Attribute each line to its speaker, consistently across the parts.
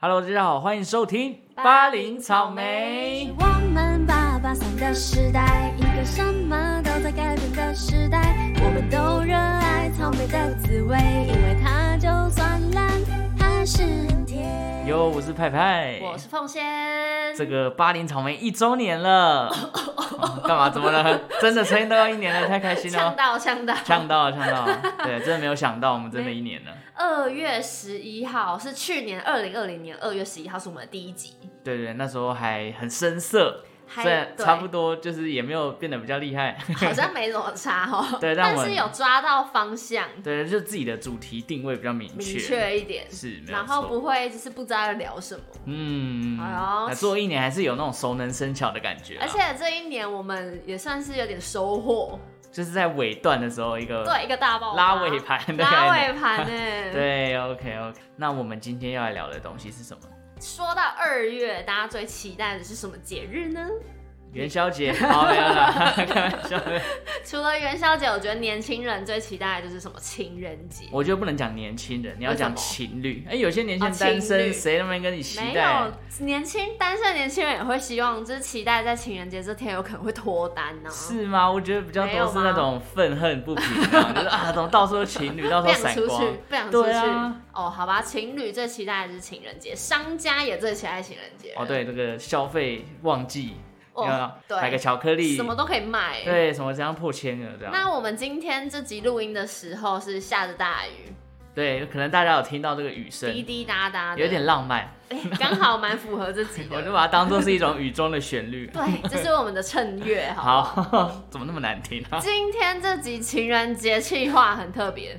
Speaker 1: Hello，大家好，欢迎收听
Speaker 2: 巴
Speaker 1: 巴
Speaker 2: 黎
Speaker 1: 黎
Speaker 2: 草
Speaker 1: 草
Speaker 2: 莓
Speaker 1: 莓
Speaker 2: 是。我们八八三的时代，一个什么都在改变的时代。我们都热爱草莓的滋味，因为它就算烂，还是很甜。
Speaker 1: 哟，我是派派，
Speaker 2: 我是凤仙，
Speaker 1: 这个巴黎草莓一周年 了，哦干嘛？怎么了？真的声音都要一年了，太开心
Speaker 2: 呛
Speaker 1: 了，
Speaker 2: 到呛到，
Speaker 1: 呛到了，呛到 了，对，真的没有想到我们真的一年了，
Speaker 2: 二月十一号是去年二零二零年二月十一号是我们的第一集，
Speaker 1: 对对，那时候还很生涩，
Speaker 2: 还
Speaker 1: 虽然
Speaker 2: 对
Speaker 1: 差不多就是也没有变得比较厉害，
Speaker 2: 好像没怎么差哦，
Speaker 1: 对但
Speaker 2: 但
Speaker 1: 我
Speaker 2: 是有抓到方向，
Speaker 1: 对，就自己的主题定位比较明
Speaker 2: 明
Speaker 1: 确，
Speaker 2: 确一点，
Speaker 1: 是，没有
Speaker 2: 然后
Speaker 1: 错，
Speaker 2: 不会就是不知道要聊什么。
Speaker 1: 嗯，
Speaker 2: 哎呦
Speaker 1: 做一年还是有那种熟能生巧的感觉啊，
Speaker 2: 而且这一年我们也算是有点收获，
Speaker 1: 就是在尾段的时候一个
Speaker 2: 对一个大爆
Speaker 1: 呃
Speaker 2: 发
Speaker 1: 拉尾，盘的
Speaker 2: 拉
Speaker 1: 概念
Speaker 2: 尾盘 欸 呢。，
Speaker 1: 对，OK OK。那我们今天要来聊的东西是什么？
Speaker 2: 说到二月，大家最期待的是什么节日呢？
Speaker 1: 元宵节？好，没有啦， 开玩笑的。
Speaker 2: 除了元宵节，我觉得年轻人最期待的就是什么情人节。
Speaker 1: 我觉得不能讲年轻人，你要讲
Speaker 2: 为什
Speaker 1: 情侣。哎、有些年轻人
Speaker 2: 哦
Speaker 1: 单
Speaker 2: 情侣
Speaker 1: 身，谁、能不能跟你期
Speaker 2: 没
Speaker 1: 待
Speaker 2: 有？年轻单身的年轻人也会希望，就是期待在情人节这天有可能会脱单呢、啊
Speaker 1: 是啊吗？我觉得比较
Speaker 2: 没有
Speaker 1: 多
Speaker 2: 吗
Speaker 1: 是那种愤恨不平啊， 就是啊，怎么到时候情侣，到时候
Speaker 2: 不想
Speaker 1: 闪
Speaker 2: 出
Speaker 1: 光
Speaker 2: 去，，不想出去。
Speaker 1: 对啊
Speaker 2: 哦，好吧，情侣最期待的是情人节，商家也最期待情人节。
Speaker 1: 哦，，对，这个消费旺季，有没有
Speaker 2: 哦，
Speaker 1: 买个
Speaker 2: 对，
Speaker 1: 巧克力
Speaker 2: 什，么都可以卖、欸。
Speaker 1: 对，啊什么这样破千了这样，
Speaker 2: 那我们今天这集录音的时候是下着大雨，
Speaker 1: 对，可能大家有听到这个雨
Speaker 2: 滴
Speaker 1: 声，
Speaker 2: 滴答答的，
Speaker 1: 有点浪漫，
Speaker 2: 哎刚、好蛮符合自己
Speaker 1: 我就
Speaker 2: 的。
Speaker 1: 把它当做是一种雨中的旋 律。
Speaker 2: 对，这是我们的衬乐哈。
Speaker 1: 好， 怎么那么难听啊？
Speaker 2: 今天这集情人节气话很特别，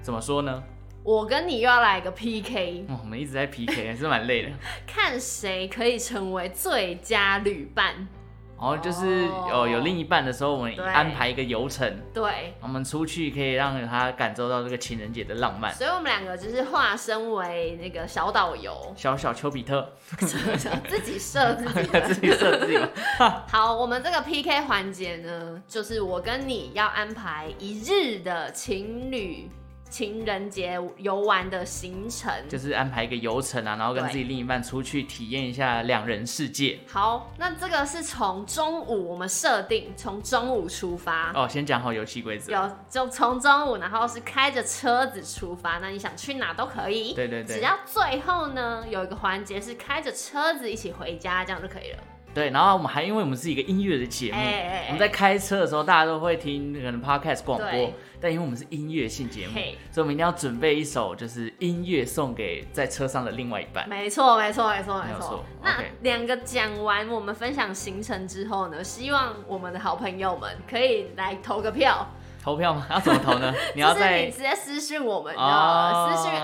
Speaker 1: 怎么说呢？哦
Speaker 2: 我跟你又要来一个 PK，
Speaker 1: 哇我们一直在 PK，还是蛮累的。
Speaker 2: 看谁可以成为最佳旅伴。
Speaker 1: 然后就是呃
Speaker 2: 哦
Speaker 1: 有有另一半的时候，我们
Speaker 2: 对
Speaker 1: 安排一个游程，
Speaker 2: 对，
Speaker 1: 我们出去可以让他感受到这个情人节的浪漫。，
Speaker 2: 所以我们两个就是化身为那个小导游
Speaker 1: 小小丘比特
Speaker 2: 自己设自己的
Speaker 1: 自。己设自己 吧，
Speaker 2: 好，我们这个 PK 环节呢，就是我跟你要安排一日的情侣情人节游玩的行程。
Speaker 1: 就是安排一个游程啊，然后跟
Speaker 2: 对
Speaker 1: 自己另一半出去体验一下两人世界。
Speaker 2: 好，那这个是从中午我们设定，从中午出发。
Speaker 1: 哦，先讲好游戏规则。
Speaker 2: 有就从中午，然后是开着车子出发，那你想去哪都可以。
Speaker 1: 对对对
Speaker 2: 只要最后呢有一个环节是开着车子一起回家，这样就可以了。
Speaker 1: 对，然后我们还因为我们是一个音乐的节目
Speaker 2: 哎哎哎，
Speaker 1: 我们在开车的时候，大家都会听可能 podcast 广播
Speaker 2: 对，
Speaker 1: 但因为我们是音乐性节目，
Speaker 2: 嘿
Speaker 1: 所以我们一定要准备一首就是音乐送给在车上的另外一半。
Speaker 2: 没错，没错，没错，
Speaker 1: 没有错
Speaker 2: 那
Speaker 1: OK
Speaker 2: 两个讲完我们分享行程之后呢，希望我们的好朋友们可以来投个票。
Speaker 1: 投票吗？要怎么投 呢？你要
Speaker 2: 就是
Speaker 1: 在
Speaker 2: 你直接私讯我们，你知
Speaker 1: 哦
Speaker 2: 道吗？私讯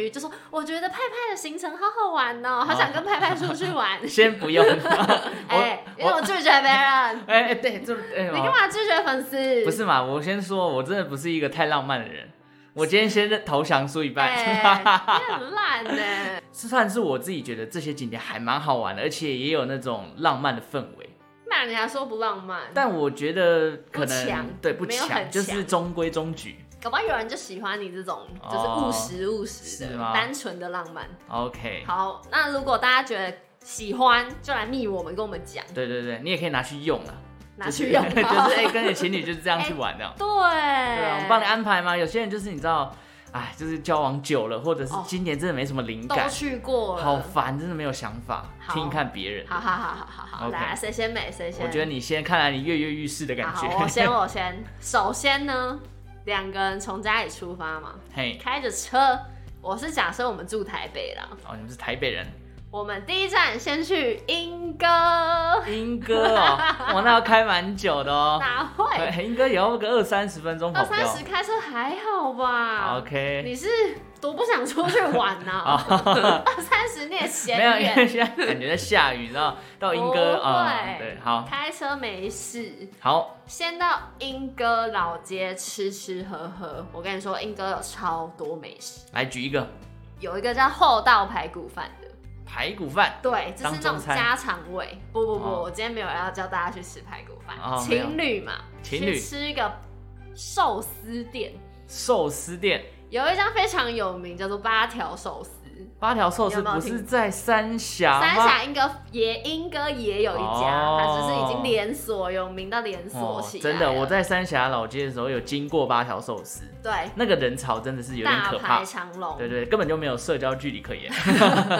Speaker 2: IG 就说我觉得派派的行程好好玩哦，好想跟派派出去玩。
Speaker 1: 先不用。
Speaker 2: 哎
Speaker 1: 哎，
Speaker 2: 因为我拒绝 别人，
Speaker 1: 哎哎，对，这哎
Speaker 2: 你干嘛拒绝粉丝？
Speaker 1: 不是嘛？我先说，我真的不是一个太浪漫的人。我今天先认投降输一
Speaker 2: 哎，
Speaker 1: 半，
Speaker 2: 你很烂呢。
Speaker 1: 算是我自己觉得这些景点还蛮好玩的，而且也有那种浪漫的氛围。
Speaker 2: 那你还说不浪漫？
Speaker 1: 但我觉得可
Speaker 2: 不强
Speaker 1: 能对不
Speaker 2: 没有很
Speaker 1: 强，就
Speaker 2: 强
Speaker 1: 是中规中矩。
Speaker 2: 搞不好有人就喜欢你这种，就是
Speaker 1: 哦
Speaker 2: 务实务实
Speaker 1: 是
Speaker 2: 的、
Speaker 1: 吗
Speaker 2: 单纯的浪漫。
Speaker 1: OK，
Speaker 2: 好，那如果大家觉得喜欢，就来密我们，跟我们讲，
Speaker 1: 对对对，你也可以拿去用啊，
Speaker 2: 拿 去用。哎
Speaker 1: 就是就是哎、跟着情侣就是这样去玩 的、
Speaker 2: 对，
Speaker 1: 对啊，我帮你安排嘛。有些人就是你知道，哎，就是交往久了，或者是
Speaker 2: 哦
Speaker 1: 今年真的没什么灵
Speaker 2: 都
Speaker 1: 感，
Speaker 2: 去过了。
Speaker 1: 好烦，真的没有想法，
Speaker 2: 好
Speaker 1: 听看别人。
Speaker 2: 好好好好好好
Speaker 1: OK
Speaker 2: 来，谁先美谁先？
Speaker 1: 我觉得你先看来你跃跃欲试的感
Speaker 2: 好，我
Speaker 1: 觉，
Speaker 2: 先我先。首先呢，两个人从家里出发嘛，
Speaker 1: 嘿，
Speaker 2: 开着车。我是假设我们住台北啦，
Speaker 1: 哦，你们是台北人，
Speaker 2: 我们第一站先去莺歌，
Speaker 1: 英哥 哦，哇，那要开蛮久的哦，
Speaker 2: 哪会？
Speaker 1: 对，英哥也要个二三十分钟
Speaker 2: 二
Speaker 1: 跑不
Speaker 2: 三十
Speaker 1: 掉
Speaker 2: 开车还好吧
Speaker 1: ，OK，啊
Speaker 2: 你是多不想出去 玩呐、 二三十你也嫌
Speaker 1: 没有，因为
Speaker 2: 远，
Speaker 1: 现在感觉在下雨，然后到英哥
Speaker 2: 不
Speaker 1: 啊、
Speaker 2: 会
Speaker 1: 对，好，
Speaker 2: 开车没事。
Speaker 1: 好，
Speaker 2: 先到莺歌老街吃吃喝喝，我跟你说，莺歌有超多美食，
Speaker 1: 来举一个
Speaker 2: 有一个叫厚道排骨饭的，
Speaker 1: 排骨饭，
Speaker 2: 对，就是那
Speaker 1: 当
Speaker 2: 种
Speaker 1: 中餐
Speaker 2: 家常味。不不不，
Speaker 1: 哦
Speaker 2: 我今天没有要教大家去吃排骨饭，
Speaker 1: 哦没有
Speaker 2: 情侣嘛，
Speaker 1: 情侣
Speaker 2: 去吃一个寿司店，
Speaker 1: 寿司店，
Speaker 2: 有一家非常有名，叫做八条寿司。
Speaker 1: 八条寿司
Speaker 2: 有没有
Speaker 1: 不
Speaker 2: 听
Speaker 1: 是在三峡
Speaker 2: 三
Speaker 1: 吗？
Speaker 2: 峡英歌也英歌也有一家，
Speaker 1: 啊哦
Speaker 2: 它就是已经连锁，有名到连锁起来、
Speaker 1: 真的，我在三峡老街的时候有经过八条寿司，
Speaker 2: 对
Speaker 1: 那个人潮真的是有点
Speaker 2: 大
Speaker 1: 可怕
Speaker 2: 排。长龙，
Speaker 1: 对对，根本就没有社交距离可言。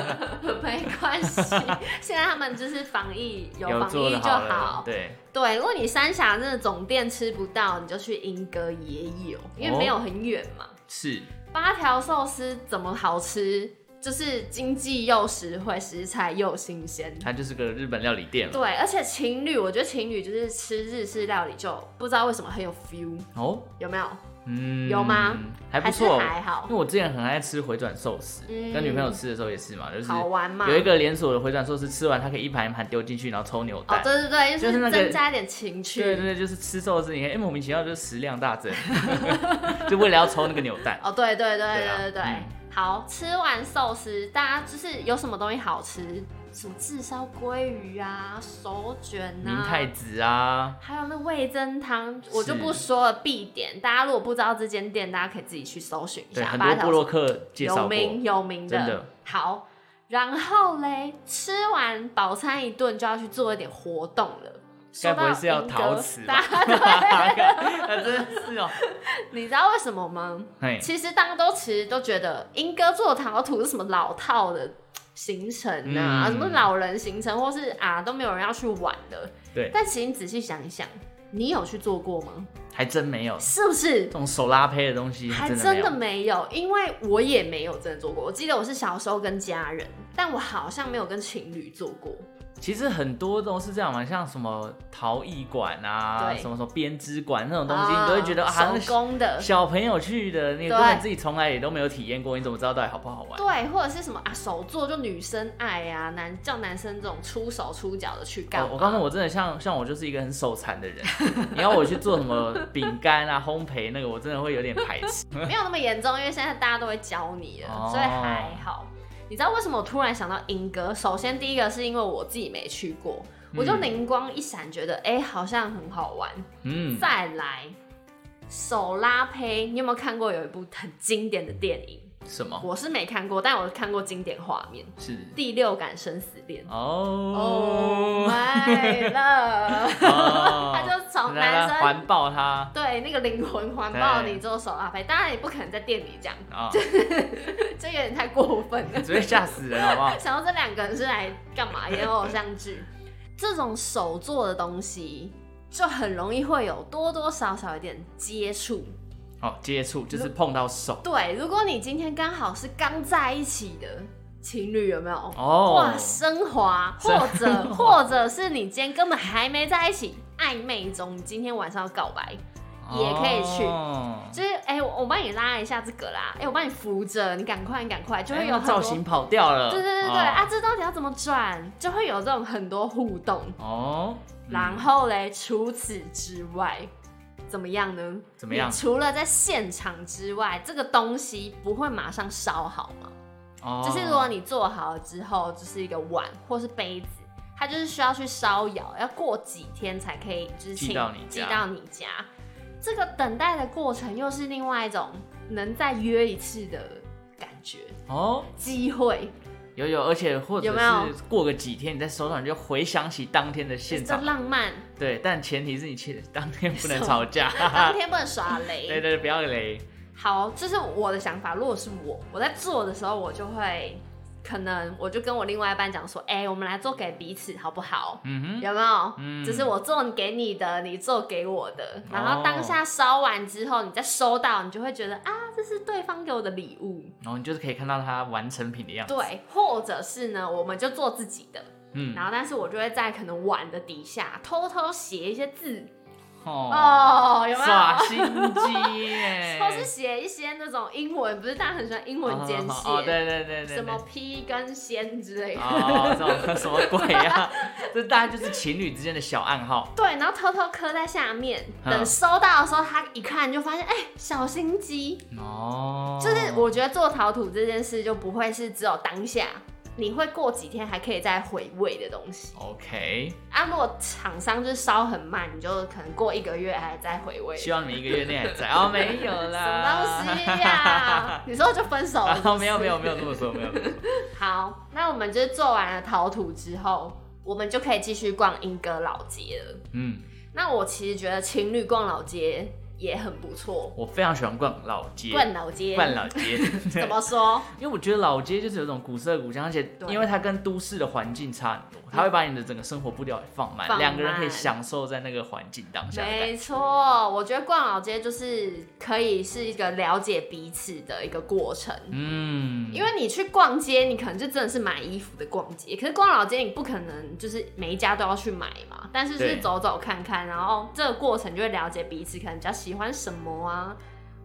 Speaker 2: 没关系。 现在他们就是防疫有防
Speaker 1: 做
Speaker 2: 疫
Speaker 1: 的
Speaker 2: 就
Speaker 1: 好了
Speaker 2: 好。
Speaker 1: 对，
Speaker 2: 对，如果你三峡真的总店吃不到，你就去英歌也有，因
Speaker 1: 哦
Speaker 2: 为没有很远嘛。
Speaker 1: 是
Speaker 2: 八条寿司怎么好吃？就是经济又实惠，食材又新鲜。
Speaker 1: 它就是个日本料理店了。
Speaker 2: 对，而且情侣，我觉得情侣就是吃日式料理就不知道为什么很有 feel，
Speaker 1: 哦，
Speaker 2: 有没有？
Speaker 1: 嗯，
Speaker 2: 有吗？
Speaker 1: 还不
Speaker 2: 还是
Speaker 1: 错，
Speaker 2: 还好
Speaker 1: 因为我之前很爱吃回转寿司，
Speaker 2: 嗯
Speaker 1: 跟女朋友吃的时候也是嘛，就是
Speaker 2: 好玩吗？
Speaker 1: 有一个连锁的回转寿司，吃完它可以一盘一盘丢进去，然后抽牛
Speaker 2: 哦
Speaker 1: 蛋，。
Speaker 2: 对对对，就
Speaker 1: 就是那
Speaker 2: 是
Speaker 1: 个
Speaker 2: 增加一点情趣。
Speaker 1: 对对对，就是吃寿司，你看，哎、莫名其妙就是食量大 增， 就为了要抽那个扭蛋。
Speaker 2: 哦，对对对
Speaker 1: 对啊
Speaker 2: 对对对。
Speaker 1: 嗯
Speaker 2: 好吃完寿司，大家就是有什么东西好吃？什么炙烧鲑鱼啊，手卷啊，
Speaker 1: 明太子啊，
Speaker 2: 还有那味噌汤，我
Speaker 1: 是
Speaker 2: 就不说了，必点。大家如果不知道这间店，大家可以自己去搜寻一
Speaker 1: 对，
Speaker 2: 下。
Speaker 1: 很
Speaker 2: 八
Speaker 1: 多
Speaker 2: 条
Speaker 1: 部落客介绍
Speaker 2: 有
Speaker 1: 过，
Speaker 2: 名有名的，
Speaker 1: 真的
Speaker 2: 好。然后嘞，吃完饱餐一顿就要去做一点活动了。
Speaker 1: 该不会是要
Speaker 2: 说到
Speaker 1: 陶
Speaker 2: 英
Speaker 1: 瓷
Speaker 2: 格
Speaker 1: 吧？
Speaker 2: 大 家
Speaker 1: 啊真的是哦，
Speaker 2: 你知道为什么吗？
Speaker 1: 嘿，
Speaker 2: 其实大家都其实都觉得英哥做糖土是什么老套的行程啊，
Speaker 1: 嗯
Speaker 2: 什么老人行程，或是啊都没有人要去玩的。
Speaker 1: 对
Speaker 2: 但其实你仔细想一想，你有去做过吗？
Speaker 1: 还真没有
Speaker 2: 是不是
Speaker 1: 这？种手拉胚的东西，
Speaker 2: 还
Speaker 1: 嗯真
Speaker 2: 真
Speaker 1: 没有
Speaker 2: 的没有，因为我也没有真的做过。我记得我是小时候跟家人，但我好像没有跟情侣做过。
Speaker 1: 其实很多都是这样嘛，像什么陶艺馆啊，
Speaker 2: 对
Speaker 1: 什么什么编织馆那种东西，你都会觉得啊，那
Speaker 2: 手工的，
Speaker 1: 小朋友去的，你
Speaker 2: 对
Speaker 1: 根本自己从来也都没有体验过，你怎么知道到底好不好玩？
Speaker 2: 对，或者是什么啊，手做就女生爱啊，男叫男生这种出手出脚的去干嘛、
Speaker 1: 我我告诉你我真的像像我就是一个很手残的人，你要我去做什么饼干啊、烘焙那个，我真的会有点排 斥。
Speaker 2: 没有那么严重，因为现在大家都会教你
Speaker 1: 哦
Speaker 2: 了，所以还好。你知道为什么我突然想到英歌？首先第一个是因为我自己没去过，我就灵光一闪，觉得哎、诶好像很好玩。
Speaker 1: 嗯，
Speaker 2: 再来，手拉胚，你有没有看过有一部很经典的电影？
Speaker 1: 什么？
Speaker 2: 我是没看过，但我看过经典画面，
Speaker 1: 是
Speaker 2: 《第六感生死恋》。Oh
Speaker 1: 哦
Speaker 2: my love，
Speaker 1: 哦
Speaker 2: 他就从
Speaker 1: 来来
Speaker 2: 男生
Speaker 1: 环抱他
Speaker 2: 对那个灵魂环抱
Speaker 1: 对
Speaker 2: 你做手拉胚，当然你不可能在店里讲，
Speaker 1: 啊，
Speaker 2: 这有点太过分了。
Speaker 1: 只会吓死人好不好？
Speaker 2: 想到这两个人是来干嘛？演偶像剧，这种手做的东西就很容易会有多多少少有点接触。
Speaker 1: 哦，接触就是碰到手
Speaker 2: 对，如果你今天刚好是刚在一起的情侣，有没有？
Speaker 1: 哦，
Speaker 2: 哇，升华，
Speaker 1: 升
Speaker 2: 啊或者或者是你今天根本还没在一起，暧昧中，你今天晚上要告白，也可以去
Speaker 1: 哦
Speaker 2: 就是哎、我我帮你拉一下这个啦，哎、我帮你扶着，你赶快，你赶快，就会
Speaker 1: 哎
Speaker 2: 有
Speaker 1: 那
Speaker 2: 很多
Speaker 1: 造型跑掉了。
Speaker 2: 对对对对、
Speaker 1: 哦
Speaker 2: 啊，这到底要怎么转？就会有这种很多互动。
Speaker 1: 哦，
Speaker 2: 然后嘞，除此之外，怎么样呢？
Speaker 1: 怎么样
Speaker 2: 你除了在现场之外，这个东西不会马上烧好吗？
Speaker 1: 哦
Speaker 2: 就是如果你做好了之后，就是一个碗或是杯子，它就是需要去烧窑，要过几天才可以，就是
Speaker 1: 寄
Speaker 2: 请
Speaker 1: 到你
Speaker 2: 寄
Speaker 1: 家
Speaker 2: 到你家。这个等待的过程又是另外一种能再约一次的感觉，
Speaker 1: 哦，
Speaker 2: 机会。
Speaker 1: 有有，而且或者
Speaker 2: 有没有
Speaker 1: 是过个几天，你再收到，你就回想起当天的现
Speaker 2: 这
Speaker 1: 场。
Speaker 2: 浪漫，
Speaker 1: 对，但前提是你前当天不能
Speaker 2: 什么
Speaker 1: 吵架。
Speaker 2: 当天不能耍 雷。
Speaker 1: 对对，不要雷。
Speaker 2: 好，这是我的想法。如果是我，我在做的时候，我就会可能我就跟我另外一半讲说，哎、我们来做给彼此好不好？
Speaker 1: 嗯哼，
Speaker 2: 有没有？
Speaker 1: 嗯
Speaker 2: 只是我做给你的，你做给我的，然后
Speaker 1: 哦
Speaker 2: 当下烧完之后，你再收到，你就会觉得啊，这是对方给我的礼物。
Speaker 1: 然后你就是可以看到它完成品的样子。
Speaker 2: 对，或者是呢，我们就做自己的，
Speaker 1: 嗯，
Speaker 2: 然后但是我就会在可能碗的底下偷偷写一些字
Speaker 1: 哦，
Speaker 2: 哦，有没
Speaker 1: 耍
Speaker 2: 有？
Speaker 1: 心机耶。
Speaker 2: 或是写一些那种英文，不是大家很喜欢英文简
Speaker 1: 哦
Speaker 2: 写，
Speaker 1: 哦，对对对对对。
Speaker 2: 什么 P 跟仙之类的。
Speaker 1: 哦，这种 什么鬼啊？这大概就是情侣之间的小暗号。
Speaker 2: 对，然后偷偷刻在下面，
Speaker 1: 嗯
Speaker 2: 等收到的时候，他一看就发现，哎、小心机。
Speaker 1: 哦，
Speaker 2: 就是我觉得做陶土这件事就不会是只有当下，你会过几天还可以再回味的东西。
Speaker 1: OK，
Speaker 2: 啊，如果厂商就是烧很慢，你就可能过一个月还在回味。
Speaker 1: 希望你一个月内还在。哦，没有啦，
Speaker 2: 什么东西呀、你说就分手了是不
Speaker 1: 哦，
Speaker 2: 是
Speaker 1: 没有没有没有这么说，没有这么说。
Speaker 2: 好，那我们就是做完了陶土之后，我们就可以继续逛英歌老街了。
Speaker 1: 嗯，
Speaker 2: 那我其实觉得情侣逛老街也很不错，
Speaker 1: 我非常喜欢逛老街，
Speaker 2: 逛老街
Speaker 1: 逛老 街。
Speaker 2: 怎么说？
Speaker 1: 因为我觉得老街就是有种古色古香，而且
Speaker 2: 对
Speaker 1: 因为它跟都市的环境差很多，它会把你的整个生活步调给放慢，
Speaker 2: 放慢
Speaker 1: 两个人可以享受在那个环境当下的感觉。
Speaker 2: 没错，我觉得逛老街就是可以是一个了解彼此的一个过程。
Speaker 1: 嗯，
Speaker 2: 因为你去逛街，你可能就真的是买衣服的逛街，可是逛老街你不可能就是每一家都要去买嘛，但是
Speaker 1: 对
Speaker 2: 是走走看看，然后这个过程就会了解彼此可能比较喜欢什么啊，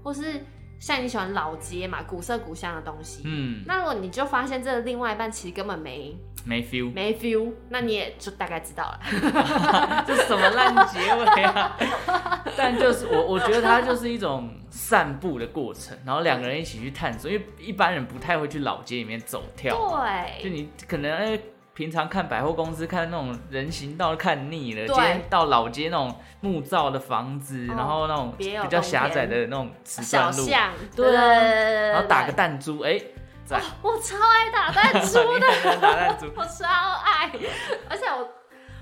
Speaker 2: 或是像你喜欢老街嘛，古色古香的东西。
Speaker 1: 嗯
Speaker 2: 那如果你就发现这另外一半其实根本没
Speaker 1: 没 feel，
Speaker 2: 没 feel，那你也就大概知道了。
Speaker 1: 这什么烂结尾啊！ 但就是我，我觉得它就是一种散步的过程，然后两个人一起去探索，因为一般人不太会去老街里面走跳，就
Speaker 2: 对，
Speaker 1: 你可能哎。平常看百货公司，看那种人行道看腻了，
Speaker 2: 对
Speaker 1: 今天到老街那种木造的房子，
Speaker 2: 哦
Speaker 1: 然后那种
Speaker 2: 别有
Speaker 1: 比较狭
Speaker 2: 洞天
Speaker 1: 窄的那种瓷
Speaker 2: 小
Speaker 1: 砖路，
Speaker 2: 巷，
Speaker 1: 对啊然后打个
Speaker 2: 对，
Speaker 1: 弹珠，哎、赞，
Speaker 2: 对我超爱打弹珠的。
Speaker 1: 你很喜欢打弹珠，
Speaker 2: 我超爱，而且我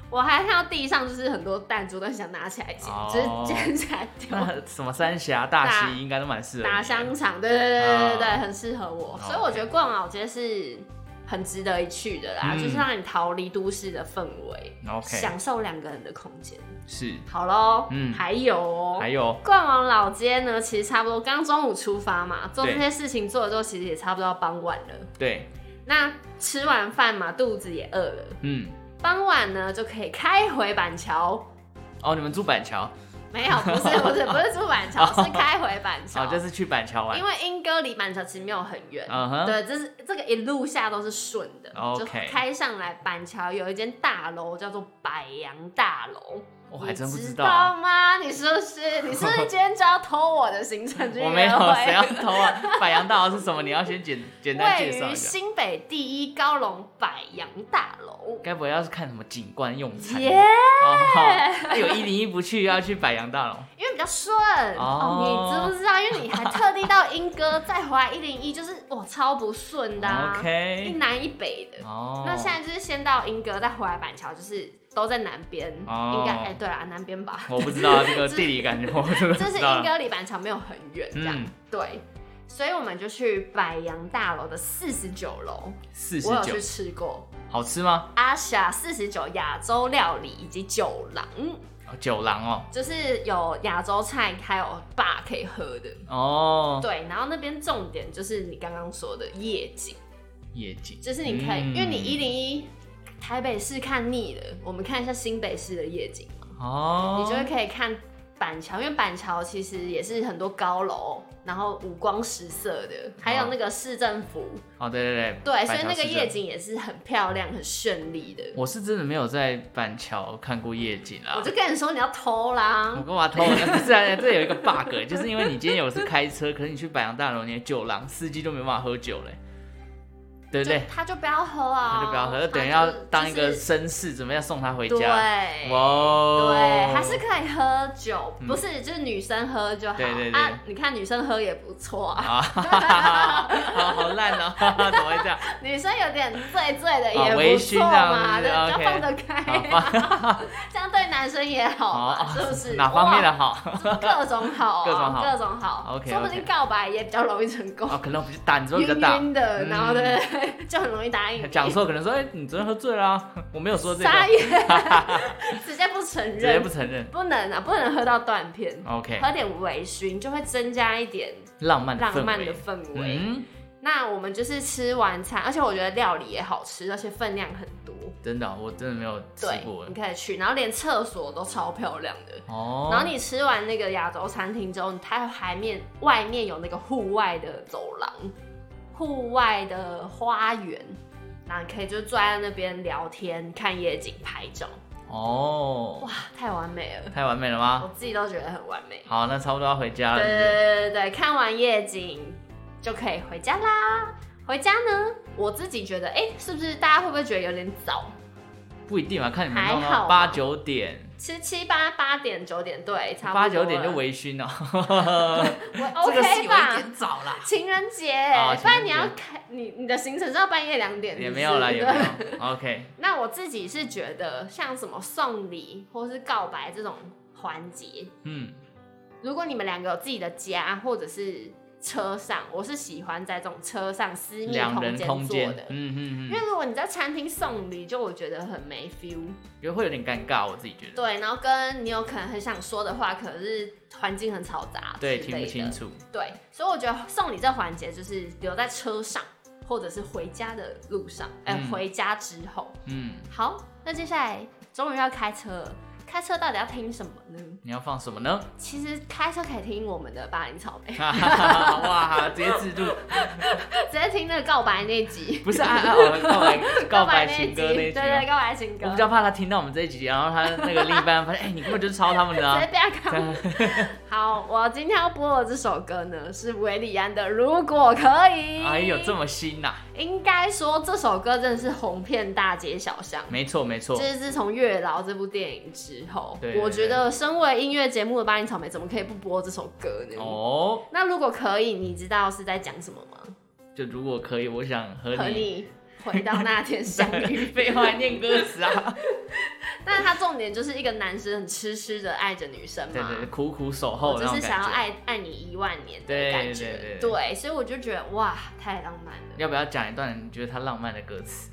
Speaker 2: 我还看到地上就是很多弹珠，但想拿起来捡，
Speaker 1: 哦
Speaker 2: 只是捡起来丢。
Speaker 1: 那什么三峡、大
Speaker 2: 打
Speaker 1: 溪应该都蛮适合
Speaker 2: 打
Speaker 1: 你的
Speaker 2: 香肠，对对对对对对，
Speaker 1: 啊
Speaker 2: 很适合我，
Speaker 1: OK
Speaker 2: 所以我觉得逛老街是很值得一去的啦，
Speaker 1: 嗯哦
Speaker 2: 就是让你逃离都市的氛围，
Speaker 1: ，OK，
Speaker 2: 享受两个人的空间。
Speaker 1: 是，
Speaker 2: 好喽，
Speaker 1: 嗯
Speaker 2: 还有哦，
Speaker 1: 还有
Speaker 2: 逛完老街呢，其实差不多，刚中午出发嘛，做
Speaker 1: 对
Speaker 2: 这些事情做了之后，其实也差不多要傍晚了。
Speaker 1: 对，
Speaker 2: 那吃完饭嘛，肚子也饿了，
Speaker 1: 嗯，
Speaker 2: 傍晚呢就可以开回 板桥。
Speaker 1: 哦，你们住板桥，
Speaker 2: 没有，不是不是不是住 板桥，是开回板桥。
Speaker 1: 哦，就是去板桥玩
Speaker 2: 因，为莺歌离板桥其实没有很远。
Speaker 1: 嗯哼，
Speaker 2: 对，这是这个一路下都是顺的
Speaker 1: OK
Speaker 2: 就开上来板桥有一间大楼叫做百洋大楼，
Speaker 1: 我还真不
Speaker 2: 你知
Speaker 1: 道啊，
Speaker 2: 吗？你是不是你是不是今天就要偷我的行程去约
Speaker 1: 我
Speaker 2: 会？
Speaker 1: 没有，谁要偷 啊？百洋大楼是什么？你要先简简单介绍
Speaker 2: 位
Speaker 1: 一下，
Speaker 2: 于新北第一高龙百洋大楼，
Speaker 1: 该不会要是看什么景观用餐？
Speaker 2: 耶、
Speaker 1: 哦，好，那有一零一不去，要去百洋大楼，
Speaker 2: 因为比较顺
Speaker 1: 哦
Speaker 2: 哦你知不知道？因为你还特地到莺歌再回来一零一，就是哇超不顺的、啊
Speaker 1: OK
Speaker 2: 一南一北的。
Speaker 1: 哦，
Speaker 2: 那现在就是先到莺歌，再回来板桥，就是都在南边，
Speaker 1: 哦
Speaker 2: 应该哎、对啦，南边吧。
Speaker 1: 我不知道这个地理感觉，我真的不
Speaker 2: 这是
Speaker 1: 知道
Speaker 2: 莺
Speaker 1: 了，
Speaker 2: 歌离板桥没有很远，这样、
Speaker 1: 嗯
Speaker 2: 对。所以我们就去百洋大楼的四十九楼，
Speaker 1: 四十
Speaker 2: 我有
Speaker 1: 九
Speaker 2: 去，吃过
Speaker 1: 好吃吗？
Speaker 2: 阿霞四十九亚洲料理以及酒廊，
Speaker 1: 哦酒廊哦。
Speaker 2: 就是有亚洲菜还有吧可以喝的。
Speaker 1: 哦，
Speaker 2: 对，然后那边重点就是你刚刚说的夜景，
Speaker 1: 夜景
Speaker 2: 就是你可以，
Speaker 1: 嗯
Speaker 2: 因为你一零一台北市看腻了，我们看一下新北市的夜景，
Speaker 1: 哦，
Speaker 2: 你就会可以看板桥，因为板桥其实也是很多高楼，然后五光十色的，还有
Speaker 1: 哦
Speaker 2: 那个市政府，
Speaker 1: 哦，对对对，
Speaker 2: 对，
Speaker 1: 板
Speaker 2: 所以
Speaker 1: 桥
Speaker 2: 那个
Speaker 1: 市
Speaker 2: 夜
Speaker 1: 政，
Speaker 2: 景也是很漂亮、很绚丽的。
Speaker 1: 我是真的没有在板桥看过夜景啦
Speaker 2: 我。就跟你说你要偷
Speaker 1: 我
Speaker 2: 啦，
Speaker 1: 干嘛偷？不是啊， 这有一个 bug，就是因为你今天有是开车，可是你去百洋大楼，你的酒廊司机就没办法喝酒嘞，对不
Speaker 2: 就
Speaker 1: 对？
Speaker 2: 他就不要喝啊，
Speaker 1: 他就不要喝，
Speaker 2: 他
Speaker 1: 等于
Speaker 2: 就
Speaker 1: 要当一
Speaker 2: 就
Speaker 1: 个
Speaker 2: 是
Speaker 1: 绅士，准备要送他回
Speaker 2: 对，
Speaker 1: 家。哇哦，
Speaker 2: 对，还是可以喝酒，
Speaker 1: 嗯
Speaker 2: 不是就是女生喝就好。
Speaker 1: 对对对
Speaker 2: 啊，你看女生喝也不错啊，
Speaker 1: 啊，哈哈哈哈好好烂哦， 哈哈怎么会这样？
Speaker 2: 女生有点醉醉的
Speaker 1: 啊
Speaker 2: 也
Speaker 1: 微
Speaker 2: 不
Speaker 1: 醺
Speaker 2: 错
Speaker 1: 啊
Speaker 2: 嘛，
Speaker 1: 是
Speaker 2: 对，
Speaker 1: OK
Speaker 2: 要放得开
Speaker 1: 好
Speaker 2: 啊，
Speaker 1: 吧，
Speaker 2: 这样对男生也 好
Speaker 1: 好
Speaker 2: 嘛，是不是？
Speaker 1: 哪方面的
Speaker 2: 哇？
Speaker 1: 好？
Speaker 2: 各种好啊，
Speaker 1: 各种好
Speaker 2: 各种好
Speaker 1: OK，OK
Speaker 2: 说不定告白也比较容易成功
Speaker 1: 啊，，可能我比胆子会比较
Speaker 2: 晕
Speaker 1: 大。
Speaker 2: 晕的，
Speaker 1: 嗯
Speaker 2: 然后对， 就很容易答应。
Speaker 1: 讲错可能说，哎、你昨天喝醉啦、我没有说这个，
Speaker 2: 傻眼，直接不承
Speaker 1: 直接
Speaker 2: 认
Speaker 1: 不，承认。
Speaker 2: 不能啊，不能喝到断片，
Speaker 1: OK，
Speaker 2: 喝点微醺就会增加一点
Speaker 1: 浪漫的氛
Speaker 2: 浪漫的
Speaker 1: 围，
Speaker 2: 氛围。
Speaker 1: 嗯，
Speaker 2: 那我们就是吃晚餐，而且我觉得料理也好吃，而且分量很多。
Speaker 1: 真的哦、我真的没有吃
Speaker 2: 对
Speaker 1: 过，欸
Speaker 2: 你。可以去，然后连厕所都超漂亮的。
Speaker 1: 哦，
Speaker 2: 然后你吃完那个亚洲餐厅之后，它还面外面有那个户外的走廊，户外的花园，那你可以就坐在那边聊天、看夜景、拍照，
Speaker 1: 哦
Speaker 2: 哇，，太完美了，
Speaker 1: 太完美了
Speaker 2: 我
Speaker 1: 吗？
Speaker 2: 自己都觉得很完美。
Speaker 1: 好，那差不多要回家
Speaker 2: 对
Speaker 1: 了。
Speaker 2: 对对对对，看完夜景就可以回家啦。回家呢，我自己觉得，哎、是不是大家会不会觉得有点早？
Speaker 1: 不一定嘛，看你们
Speaker 2: 还
Speaker 1: 弄
Speaker 2: 好
Speaker 1: 到
Speaker 2: 吧
Speaker 1: 八九点，
Speaker 2: 其实七八八点九点对，差不多
Speaker 1: 八九点就
Speaker 2: 了
Speaker 1: 微醺了。
Speaker 2: OK
Speaker 1: 这个是有一
Speaker 2: 吧
Speaker 1: 点早啦，
Speaker 2: 情人节，
Speaker 1: 啊情人节
Speaker 2: 不然你要开你你的行程是要半夜两点 是
Speaker 1: 也
Speaker 2: 不是，
Speaker 1: 没有啦，也
Speaker 2: 对
Speaker 1: 没有。OK，
Speaker 2: 那我自己是觉得，像什么送礼或是告白这种环节，
Speaker 1: 嗯，
Speaker 2: 如果你们两个有自己的家或者是车上，我是喜欢在这种车上私密
Speaker 1: 两人空
Speaker 2: 空间
Speaker 1: 间
Speaker 2: 做的，，
Speaker 1: 嗯嗯
Speaker 2: 因
Speaker 1: 嗯
Speaker 2: 为，如果你在餐厅送礼，就我觉得很没 feel。
Speaker 1: 觉得会有点尴尬，我自己觉得，
Speaker 2: 对，然后跟你有可能很想说的话，可是环境很嘈杂，
Speaker 1: 对，听不清。楚。
Speaker 2: 对，所以我觉得送礼这环节就是留在车上，或者是回家的路上，哎、
Speaker 1: 嗯
Speaker 2: 回家之后。
Speaker 1: 嗯，
Speaker 2: 好，那接下来终于要开车了，开车到底要听什么呢？
Speaker 1: 你要放什么呢？
Speaker 2: 其实开车可以听我们的八零草莓，
Speaker 1: 哈哈哈哈哇，直接自助，
Speaker 2: 直接听那个告白那集，
Speaker 1: 不是啊啊，哦 告白告白
Speaker 2: 那
Speaker 1: 情歌那
Speaker 2: 对
Speaker 1: 一集吗
Speaker 2: 对，。告白情歌，
Speaker 1: 我比较怕他听到我们这一集，然后他那个另一半发现，哎，你根本就是抄他们的
Speaker 2: 直
Speaker 1: 啊
Speaker 2: 接。被他告白。 好，我今天要播的这首歌呢是韦礼安的《如果可以》。
Speaker 1: 哎呦，这么新呐！
Speaker 2: 应该说这首歌真的是红遍大街小巷。
Speaker 1: 没错没错
Speaker 2: 就，是自从《月老》这部电影之后
Speaker 1: 对，
Speaker 2: 我觉得身为音乐节目的八零草莓，怎么可以不播这首歌呢？
Speaker 1: 哦，
Speaker 2: 那如果可以，你知道是在讲什么吗？
Speaker 1: 就如果可以，我想和
Speaker 2: 和
Speaker 1: 你
Speaker 2: 你回到那天相遇。
Speaker 1: 废话 念歌词啊，
Speaker 2: 但是它重点就是一个男生很痴痴的爱着女生嘛，
Speaker 1: 对对对，苦苦守
Speaker 2: 我
Speaker 1: 哦候那
Speaker 2: 就
Speaker 1: 种
Speaker 2: 是想要
Speaker 1: 感觉。
Speaker 2: 爱爱你一万年
Speaker 1: 对
Speaker 2: 的感觉。
Speaker 1: 对对对
Speaker 2: 对，所以我就觉得哇，太浪漫了。
Speaker 1: 要不要讲一段你觉得他浪漫的歌词？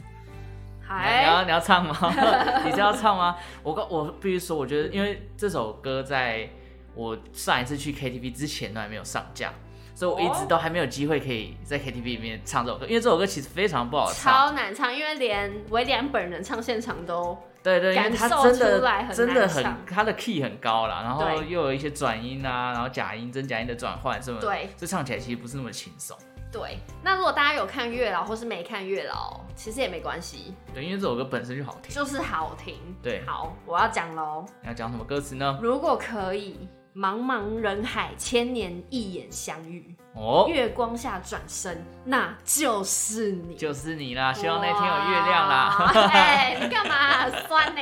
Speaker 1: 你
Speaker 2: 还
Speaker 1: 要你要唱吗？ 你是要唱吗？我告我必须说，我觉得因为这首歌在我上一次去 KTV 之前都还没有上架，所以我一
Speaker 2: 哦
Speaker 1: 直都还没有机会可以在 KTV 里面唱这首歌，因为这首歌其实非常不好唱。
Speaker 2: 超难唱，因为连威廉本人唱现场都
Speaker 1: 对对，因为
Speaker 2: 感
Speaker 1: 它
Speaker 2: 受
Speaker 1: 真
Speaker 2: 出来很
Speaker 1: 的真
Speaker 2: 难
Speaker 1: 的很
Speaker 2: 唱，
Speaker 1: 它的 key 很高啦，然后
Speaker 2: 对
Speaker 1: 又有一些转音啊，然后假音、真假音的转换什么的，
Speaker 2: 对
Speaker 1: 这唱起来其实不是那么轻松。
Speaker 2: 对。那如果大家有看月老或是没看月老，其实也没关系，
Speaker 1: 对，因为这首歌本身就好听。
Speaker 2: 就是好听。
Speaker 1: 对
Speaker 2: 好，我要讲喽。
Speaker 1: 你要讲什么歌词呢？
Speaker 2: 如果可以，茫茫人海，千年一眼相遇，
Speaker 1: 哦，
Speaker 2: 月光下转身，那就是你。
Speaker 1: 就是你啦！希望那天有月亮啦。
Speaker 2: 哇哎、你干嘛酸呢、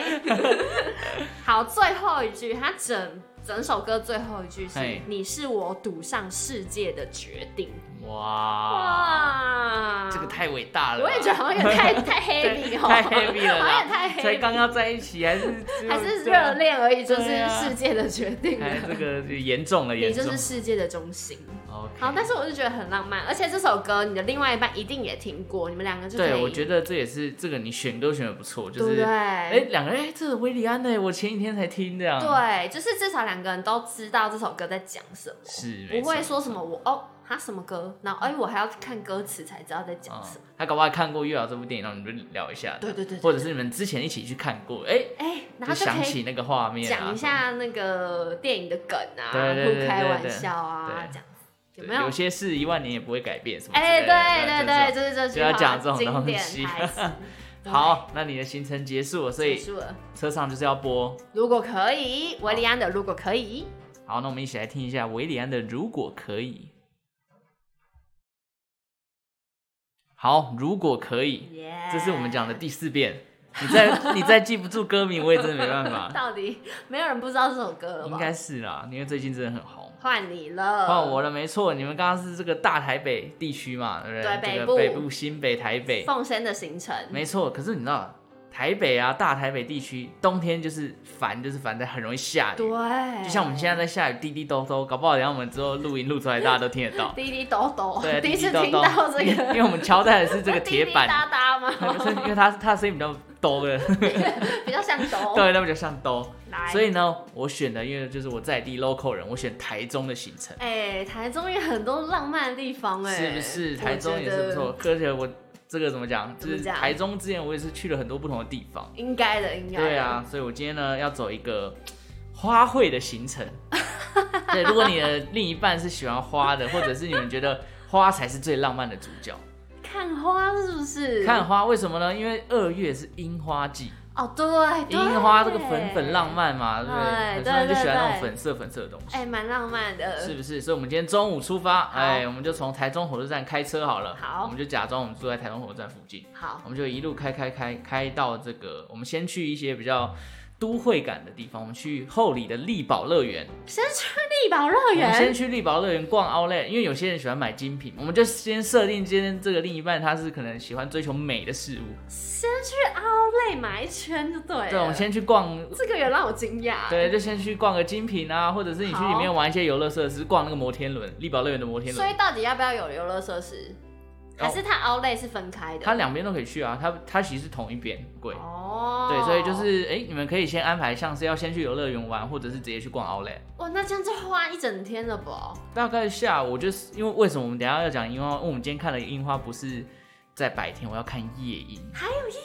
Speaker 2: 好，最后一句，它整整首歌最后一句是
Speaker 1: 嘿：“
Speaker 2: 你是我赌上世界的决定。”
Speaker 1: 哇，
Speaker 2: 哇，
Speaker 1: 啊这个太伟大了吧！
Speaker 2: 我也觉得好像有点 太太 heavy 哦，
Speaker 1: 太 heavy 了
Speaker 2: 好像
Speaker 1: 啦，
Speaker 2: 也太 heavy，
Speaker 1: 才刚要在一起，还是只有
Speaker 2: 还是
Speaker 1: 这样
Speaker 2: 热，恋而已，就是
Speaker 1: 对啊
Speaker 2: 世界的决定了
Speaker 1: 哎，这个严重了，
Speaker 2: 你
Speaker 1: 严
Speaker 2: 就
Speaker 1: 重
Speaker 2: 是。世界的中心。
Speaker 1: OK
Speaker 2: 好，但是我就觉得很浪漫，而且这首歌你的另外一半一定也听过，你们两个就可以
Speaker 1: 对，我觉得这也是这个你选歌选的不错，就
Speaker 2: 对不
Speaker 1: 是
Speaker 2: 对？
Speaker 1: 哎，两个人哎，这是维里安的，我前几天才听这样。，
Speaker 2: 对，啊就是至少两个人都知道这首歌在讲什么，
Speaker 1: 是没
Speaker 2: 不会
Speaker 1: 错
Speaker 2: 说什么我哦，他什么歌，然后哎、我还要看歌词才知道在讲
Speaker 1: 嗯
Speaker 2: 什么。
Speaker 1: 他搞不好看过《月老》这部电影，然后你们就聊一下，
Speaker 2: 对对对对
Speaker 1: 嗯或者是你们之前一起去看过，哎，
Speaker 2: 哎、然
Speaker 1: 就
Speaker 2: 后就
Speaker 1: 想
Speaker 2: 可以
Speaker 1: 起那个画面啊，
Speaker 2: 讲一下那个电影的梗啊，
Speaker 1: 对对对对
Speaker 2: 互开玩
Speaker 1: 对
Speaker 2: 笑啊
Speaker 1: 对，
Speaker 2: 这样子
Speaker 1: 对
Speaker 2: 有没有？
Speaker 1: 些事一万年也不会改变什么之类
Speaker 2: 哎，
Speaker 1: 的。
Speaker 2: 对对对，
Speaker 1: 这种
Speaker 2: 就是这句
Speaker 1: 就要
Speaker 2: 话
Speaker 1: 讲这种
Speaker 2: 经
Speaker 1: 东
Speaker 2: 典
Speaker 1: 西。
Speaker 2: 台词
Speaker 1: 好，那你的行程结束了，所
Speaker 2: 对，
Speaker 1: 以
Speaker 2: 结束了。
Speaker 1: 车上就是要播。
Speaker 2: 如果可以，维利安的如果可以，
Speaker 1: 好，那我们一起来听一下维里安的《如果可以》。好，如果可以，
Speaker 2: 耶
Speaker 1: 这是我们讲的。第四遍。你 再你再记不住歌名，我也真的没办法。
Speaker 2: 到底没有人不知道这首歌了吧？
Speaker 1: 应该是啦，因为最近真的很红。
Speaker 2: 换你了，
Speaker 1: 换我了，没错，你们刚刚是这个大台北地区嘛，对不对？
Speaker 2: 对
Speaker 1: 这个
Speaker 2: 北部
Speaker 1: 北部、新北、台北。
Speaker 2: 奉先的行程。
Speaker 1: 没错，可是你知道台北啊，大台北地区冬天就是烦，就是烦在很容易下雨。
Speaker 2: 对，
Speaker 1: 就像我们现
Speaker 2: 哎。
Speaker 1: 在在下雨，滴滴咚咚，搞不好等一下我们之后录音录出来，大家都听得到
Speaker 2: 滴滴抖抖，
Speaker 1: 对，
Speaker 2: 第
Speaker 1: 滴
Speaker 2: 一次
Speaker 1: 滴咚
Speaker 2: 听
Speaker 1: 咚
Speaker 2: 到这
Speaker 1: 因
Speaker 2: 个
Speaker 1: 为我们敲在的是这个 铁
Speaker 2: 滴滴答
Speaker 1: 板，
Speaker 2: 答吗？
Speaker 1: 不是因为它它的声音比较抖的，
Speaker 2: 比较像抖。
Speaker 1: 对，那比较像抖。
Speaker 2: 来，
Speaker 1: 所以呢，我选的因为就是我在地 local 人，我选台中的行程，
Speaker 2: 哎，台中也很多浪漫的地方，哎，
Speaker 1: 是不是？台中也是不
Speaker 2: 我
Speaker 1: 错，而且我这个怎么讲，就
Speaker 2: 怎么
Speaker 1: 是
Speaker 2: 讲
Speaker 1: 台中之前我也是去了很多不同的地方。
Speaker 2: 觉得应该的，应该的
Speaker 1: 对啊，，所以我今天呢要走一个花卉的行程。对，如果你的另一半是喜欢花的，或者是你们觉得花才是最浪漫的主角，
Speaker 2: 看花是不是？
Speaker 1: 看花为什么呢？因为二月是樱花季，
Speaker 2: 哦，对，对
Speaker 1: 樱花这个粉粉浪，漫嘛，对不对？
Speaker 2: 哎
Speaker 1: 很多
Speaker 2: 对
Speaker 1: 人就
Speaker 2: 对
Speaker 1: 喜欢那种
Speaker 2: 对
Speaker 1: 粉色粉色的东西，
Speaker 2: 哎，蛮浪漫的，
Speaker 1: 是不是？所以我们今天中午出发，
Speaker 2: 好
Speaker 1: 哎，我们就从台中火车站开车好了，
Speaker 2: 好
Speaker 1: 我们就假装我们住在台中火车站附近，
Speaker 2: 好
Speaker 1: 我们就一路开开开开到这个，我们先去一些比较都会感的地方，我们去后里的力宝乐园，
Speaker 2: 先去力宝乐
Speaker 1: 我们先
Speaker 2: 园，
Speaker 1: 去力宝乐园逛 Outlet，因为有些人喜欢买精品，我们就先设定今天这个另一半他是可能喜欢追求美的事物，
Speaker 2: 先去奥莱买一圈就对了。
Speaker 1: 对，我们先去逛。
Speaker 2: 这个也让我惊讶。
Speaker 1: 对，，就先去逛个精品啊，或者是你去里面玩一些游乐设施，逛那个摩天轮，力宝乐园的摩天
Speaker 2: 所
Speaker 1: 轮，
Speaker 2: 以到底要不要有游乐设施？
Speaker 1: 哦
Speaker 2: 还是它奥莱是分开的？
Speaker 1: 它两边都可以去啊，它它其实是同一边贵，
Speaker 2: 哦，
Speaker 1: 对，所以就是哎、诶你们可以先安排，像是要先去游乐园玩，或者是直接去逛 Outlet。
Speaker 2: 哇，那这样就花一整天了吧？
Speaker 1: 大概下午就是因为为什么我们等一下要讲樱花？因为我们今天看的樱花不是在白天，我要看夜樱。
Speaker 2: 还有夜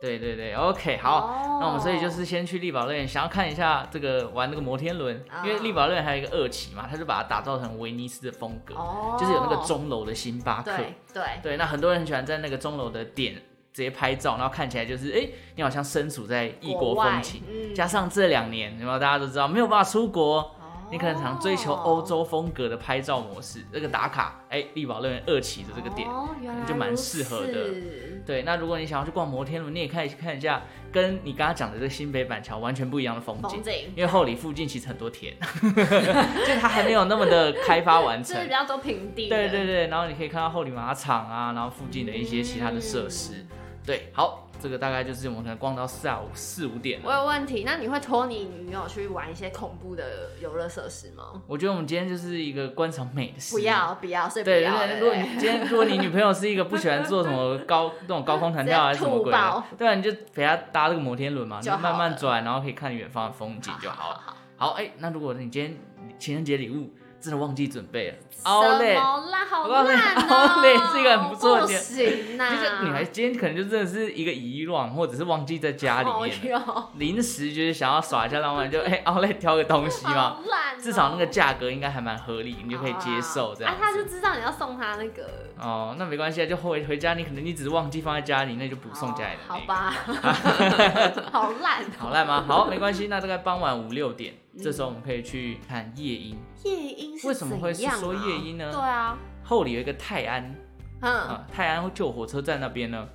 Speaker 1: 对对对，OK，好。
Speaker 2: 哦
Speaker 1: 那我们所以就是先去力宝乐园，想要看一下这个玩那个摩天轮，因为
Speaker 2: 哦
Speaker 1: 力宝乐园还有一个二期嘛，它就把它打造成威尼斯的风格，
Speaker 2: 哦，
Speaker 1: 就是有那个钟楼的星巴克。
Speaker 2: 对对
Speaker 1: 对，那很多人很喜欢在那个钟楼的点直接拍照，然后看起来就是哎、诶你好像身处在异国
Speaker 2: 外
Speaker 1: 风情。
Speaker 2: 嗯
Speaker 1: 加上这两年，有没有大家都知道没有办法出国，
Speaker 2: 哦
Speaker 1: 你可能常追求欧洲风格的拍照模式，这个打卡，哎、力宝乐园二期的这个点。
Speaker 2: 哦，原来
Speaker 1: 就蛮
Speaker 2: 如
Speaker 1: 适合的
Speaker 2: 此
Speaker 1: 对，那如果你想要去逛摩天轮，你也可以去看一下，跟你刚刚讲的这个新北板桥完全不一样的风景。
Speaker 2: 风景，
Speaker 1: 因为后里附近其实很多田， 就它还没有那么的开发完
Speaker 2: 就
Speaker 1: 成
Speaker 2: 是。比较多平地的。
Speaker 1: 对对对，然后你可以看到后里马场啊，然后附近的一些其他的设施。对，好，这个大概就是我们可能逛到下午四五点了。
Speaker 2: 我有问题，那你会拖你女友去玩一些恐怖的游乐设施吗？
Speaker 1: 我觉得我们今天就是一个观赏美的时
Speaker 2: 不
Speaker 1: 间
Speaker 2: 要不要，所以不
Speaker 1: 对，
Speaker 2: 要
Speaker 1: 如果
Speaker 2: 了。
Speaker 1: 如果你今天如果你女朋友是一个不喜欢做什么高那种高空弹跳还是什么
Speaker 2: 直接
Speaker 1: 鬼
Speaker 2: 吐爆
Speaker 1: 的，对啊，你就陪她搭这个摩天轮嘛，你
Speaker 2: 就
Speaker 1: 就
Speaker 2: 好
Speaker 1: 慢慢
Speaker 2: 了
Speaker 1: 转，然后可以看远方的风景就好了。好，哎、那如果你今天情人节礼物真的忘记准备了，哦
Speaker 2: 好
Speaker 1: 奥
Speaker 2: 嘞，
Speaker 1: 莱，
Speaker 2: 好啦，好
Speaker 1: 我告诉你
Speaker 2: 烂哦、
Speaker 1: 奥莱是一个很不错的
Speaker 2: 不行啊呐、
Speaker 1: 就是女孩今天可能就真的是一个遗忘，或者是忘记在家里
Speaker 2: 好哦
Speaker 1: 面了，
Speaker 2: 哟，
Speaker 1: 临时就是想要耍一下浪漫， 就哎奥莱挑个东西嘛
Speaker 2: 好，烂哦、
Speaker 1: 至少那个价格应该还蛮合理，你就可以接受这样
Speaker 2: 啊
Speaker 1: 子。
Speaker 2: 他就知道你要送他那个，
Speaker 1: 哦，那没关系啊，就回回家，你可能你只是忘记放在家里，那就不送家里的那
Speaker 2: 哦好
Speaker 1: 一个。
Speaker 2: 吧，好烂、哦
Speaker 1: 好烂吗？好，没关系。那大概傍晚五六点，这时候我们可以去看夜樱。
Speaker 2: 夜莺是
Speaker 1: 为什么会是
Speaker 2: 怎样啊
Speaker 1: 说夜莺呢
Speaker 2: 对啊，
Speaker 1: 后里有一个泰安
Speaker 2: 嗯，
Speaker 1: 啊、泰安旧火车站那边呢，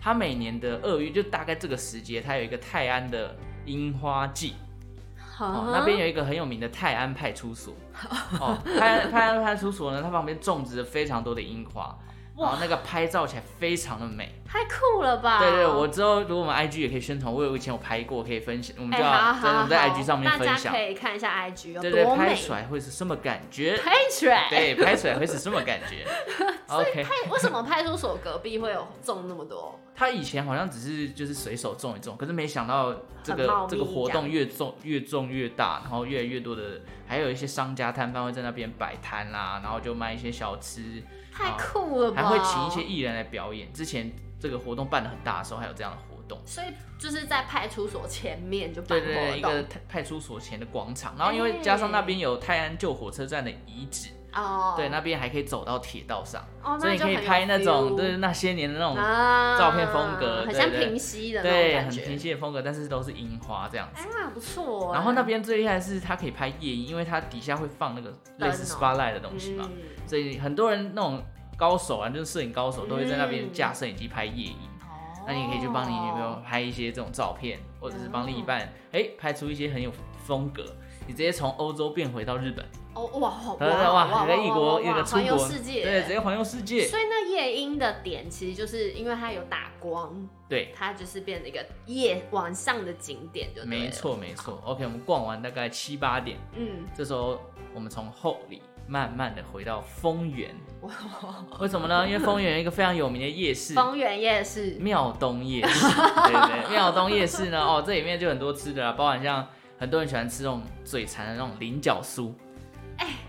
Speaker 1: 它每年的二月就大概这个时节，它有一个泰安的樱花季。
Speaker 2: 啊
Speaker 1: 哦，那边有一个很有名的泰安派出 所。哦，泰安泰安派出所呢，它旁边种植了非常多的樱花，然后那个拍照起来非常的美。
Speaker 2: 太酷了吧？
Speaker 1: 对对，我之后如果我们 IG 也可以宣传，我有以前有拍过，可以分享，我们
Speaker 2: 哎、
Speaker 1: 就
Speaker 2: 好
Speaker 1: 要
Speaker 2: 好
Speaker 1: 在我
Speaker 2: 好，
Speaker 1: 们在 IG 上面分
Speaker 2: 大家
Speaker 1: 享
Speaker 2: 可。以看一下 IG 有
Speaker 1: 对对，
Speaker 2: 多
Speaker 1: 拍
Speaker 2: 美，
Speaker 1: 出来会是什么感觉？
Speaker 2: 拍出来，
Speaker 1: 对，拍出来会是什么感 觉？OK，
Speaker 2: 派为什么派出所隔壁会有种那么多？
Speaker 1: 他以前好像只是就是随手种一种，可是没想到这
Speaker 2: 很
Speaker 1: 个
Speaker 2: 茂密
Speaker 1: 这个活
Speaker 2: 这
Speaker 1: 动越种越种越大，然后越来越多的，还有一些商家摊贩会在那边摆摊啦，然后就卖一些小吃，
Speaker 2: 太酷了吧！
Speaker 1: 还会请一些艺人来表演。之前这个活动办的很大的时候，还有这样的活动。
Speaker 2: 所以就是在派出所前面就办
Speaker 1: 对
Speaker 2: 活动，哎
Speaker 1: 对对，一个派派出所前的广场，然后因为加上那边有泰安旧火车站的遗址，
Speaker 2: 哦，
Speaker 1: 对，那边还可以走到铁道上，
Speaker 2: 哦，
Speaker 1: 所以你可以拍那种就是那些年的那种
Speaker 2: 啊
Speaker 1: 照片风格
Speaker 2: 很
Speaker 1: 对
Speaker 2: 像
Speaker 1: 对
Speaker 2: 平息的那种
Speaker 1: 对，
Speaker 2: 感
Speaker 1: 很
Speaker 2: 觉，
Speaker 1: 平息的风格，但是都是樱花这样子。
Speaker 2: 哎呀不错哎，
Speaker 1: 然后那边最厉害的是它可以拍夜影，因为它底下会放那个类似
Speaker 2: 灯
Speaker 1: spotlight 的东西嘛，
Speaker 2: 嗯
Speaker 1: 所以很多人那种高手啊，就是摄影高手都会在那边
Speaker 2: 嗯
Speaker 1: 架摄影机拍夜影。
Speaker 2: 哦
Speaker 1: 那你可以去帮你女朋友拍一些这种照片，或者是帮另一半哎、拍出一些很有风格。你直接从欧洲变回到日本，
Speaker 2: 哦哇哇
Speaker 1: 对对哇，
Speaker 2: 哇
Speaker 1: 你在异国
Speaker 2: 哇
Speaker 1: 一个出
Speaker 2: 环游
Speaker 1: 国，
Speaker 2: 世界
Speaker 1: 对，直接环游世界，
Speaker 2: 所以那夜莺的点其实就是因为它有打光，
Speaker 1: 对，
Speaker 2: 它就是变成一个夜晚上的景点就对了
Speaker 1: 没，错没错。OK，我们逛完大概七八点，
Speaker 2: 嗯，
Speaker 1: 这时候我们从后里慢慢的回到丰原，
Speaker 2: 哇，
Speaker 1: 为什么呢？因为丰原有一个非常有名的夜 市，
Speaker 2: 丰原夜市
Speaker 1: 庙东夜市。 对对对，庙东夜市呢，哦，这里面就很多吃的啦，包含像很多人喜欢吃那种嘴馋的那种菱角酥，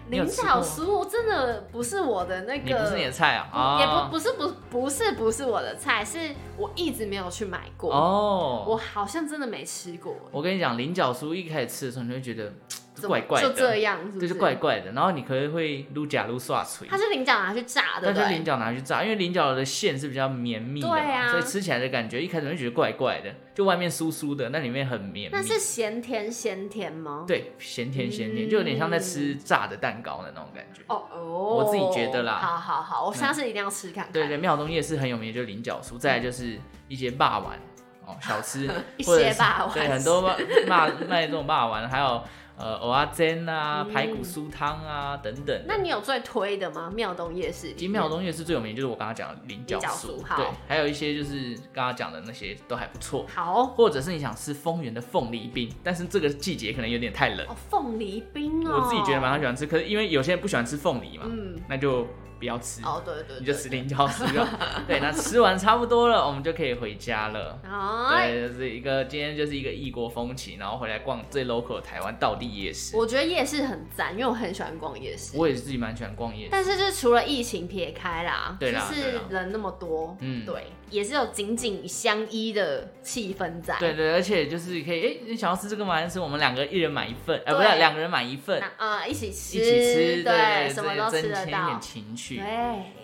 Speaker 1: 你有
Speaker 2: 菱
Speaker 1: 吃
Speaker 2: 角
Speaker 1: 过吗
Speaker 2: 酥真的不是我的那个，
Speaker 1: 你不是你的菜啊？啊
Speaker 2: 嗯也不不是不不是不是我的菜，是我一直没有去买过。
Speaker 1: 哦，
Speaker 2: 我好像真的没吃过。
Speaker 1: 我跟你讲，菱角酥一开始吃的时候，你会觉得嘖
Speaker 2: 怎么
Speaker 1: 怪怪的，
Speaker 2: 就这样，是不？
Speaker 1: 就是是怪怪的。然后你可能会撸假撸刷锤，
Speaker 2: 它是菱角拿去炸的，
Speaker 1: 但
Speaker 2: 对
Speaker 1: 是
Speaker 2: 不
Speaker 1: 菱
Speaker 2: 对？
Speaker 1: 角拿去炸，因为菱角的馅是比较绵密的嘛，
Speaker 2: 对啊
Speaker 1: 所以吃起来的感觉一开始会觉得怪怪的，就外面酥酥的，那里面很绵密
Speaker 2: 那。是咸甜咸甜吗？
Speaker 1: 对，咸甜咸甜，就有点像在吃炸的蛋糕的那种感觉。
Speaker 2: 哦哦，
Speaker 1: 我自己觉得啦嗯
Speaker 2: 好好好，我下次一定要吃看看。
Speaker 1: 对对，妙东夜市很有名，就是菱角酥，再来就是一些霸丸哦，小
Speaker 2: ，
Speaker 1: 吃
Speaker 2: 一
Speaker 1: 或者
Speaker 2: 些
Speaker 1: 是
Speaker 2: 霸丸
Speaker 1: 对，很多霸霸卖这种霸丸，还有呃蚵仔煎啊、排骨酥汤啊等等。
Speaker 2: 嗯那你有最推的吗？妙东夜市里面，
Speaker 1: 金妙东夜市最有名就是我刚刚讲的菱角
Speaker 2: 角
Speaker 1: 酥
Speaker 2: 酥，好
Speaker 1: 对，还有一些就是刚刚讲的那些都还不错。
Speaker 2: 好哦
Speaker 1: 或者是你想吃丰原的凤梨冰，但是这个季节可能有点太冷，
Speaker 2: 哦，凤梨冰哦，
Speaker 1: 我自己觉得蛮喜欢吃。可是因为有些人不喜欢吃凤梨嘛，
Speaker 2: 嗯
Speaker 1: 那就不要吃，
Speaker 2: 哦，对对对，
Speaker 1: 你就吃菱角酥就 好。对，那吃完差不多了，我们就可以回家了。
Speaker 2: 哎，
Speaker 1: 对，就是一个今天就是一个异国风情，然后回来逛最 local 的台湾道地夜市。
Speaker 2: 我觉得夜市很赞，因为我很喜欢逛夜市。
Speaker 1: 我也是自己蛮喜欢逛夜市，
Speaker 2: 但是就是除了疫情撇开啦，
Speaker 1: 对啦
Speaker 2: 就是
Speaker 1: 对啦
Speaker 2: 人那么多，
Speaker 1: 嗯
Speaker 2: 对，也是有紧紧相依的气氛在。
Speaker 1: 对，对，而且就是可以，哎、你想要吃这个吗？还是我们两个一人买一份，哎、不
Speaker 2: 对
Speaker 1: 是两个人买一份
Speaker 2: 那，啊、一起吃，
Speaker 1: 一起吃，对
Speaker 2: 对，
Speaker 1: 对，
Speaker 2: 什
Speaker 1: 这
Speaker 2: 么
Speaker 1: 个
Speaker 2: 都
Speaker 1: 增
Speaker 2: 吃
Speaker 1: 添
Speaker 2: 得
Speaker 1: 一
Speaker 2: 到
Speaker 1: 点，情趣。
Speaker 2: 对，